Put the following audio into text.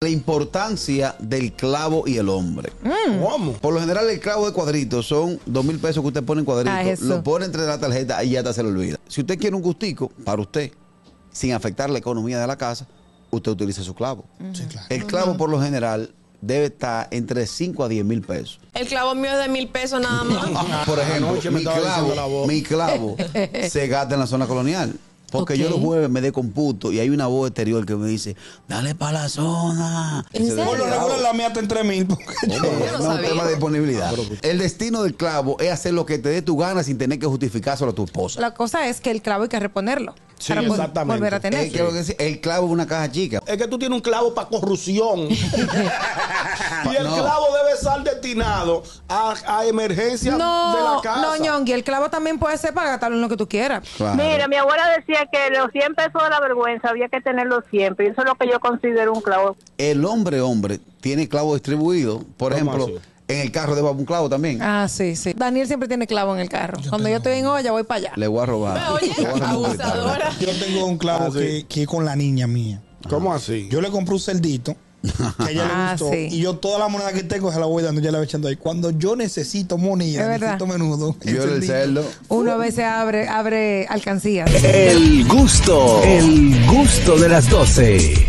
de importancia del clavo y el hombre. Mm. ¿Cómo? Por lo general, el clavo de cuadritos son dos mil pesos que usted pone en Ah, cuadritos, eso. lo pone entre la tarjeta y ya hasta se le olvida. Si usted quiere un gustico para usted, sin afectar la economía de la casa, usted utiliza su clavo. Mm. Sí, Ah, claro. El clavo, por lo general, debe estar entre 5 a 10 mil pesos. El clavo mío es de mil pesos nada más. Por ejemplo, Ah, Anoche me mi estaba clavo, diciendo la voz. mi clavo se gasta en la zona colonial. Porque yo Ok. los jueves me descomputo y hay una voz exterior que me dice, dale para la zona. ¿En Ese serio? es Por el lo clavo. regular la mía está en 3000. porque yo- Hombre, Yo no no, un sabía. tema de Ah, disponibilidad. pues- El destino del clavo es hacer lo que te dé tu gana sin tener que justificárselo a tu esposa. La cosa es que el clavo hay que reponerlo. Sí, vol- exactamente. volver a Eh, tener. quiero decir, el clavo es una caja chica. Es que tú tienes un clavo para corrupción. y el No. clavo debe estar destinado a, a emergencia de la No, casa. no, Ñongui, el clavo también puede ser para gastarlo en lo que tú quieras. Claro. Mira, mi abuela decía que los 100 pesos de la vergüenza había que tenerlos siempre. Y eso es lo que yo considero un clavo. El hombre, hombre, tiene clavo distribuido. Por ¿Cómo ejemplo, así? en el carro debe haber un clavo también. Ah, sí, sí. Daniel siempre tiene clavo en el carro. Cuando yo estoy en olla, voy para allá. Le voy a robar. Ah, Oye, Le voy a robar un cristal. abusadora. Yo tengo un clavo Ah, sí. que, que es con la niña mía. ¿Cómo así? Yo le compré un cerdito que a ella Ah, le gustó. sí. Y yo toda la moneda que tengo se la voy dando, ya la voy echando ahí. Cuando yo necesito moneda, Es verdad. necesito menudo. Yo el cerdito. cerdo. Uno a veces abre, abre alcancías. El gusto, el gusto de las 12.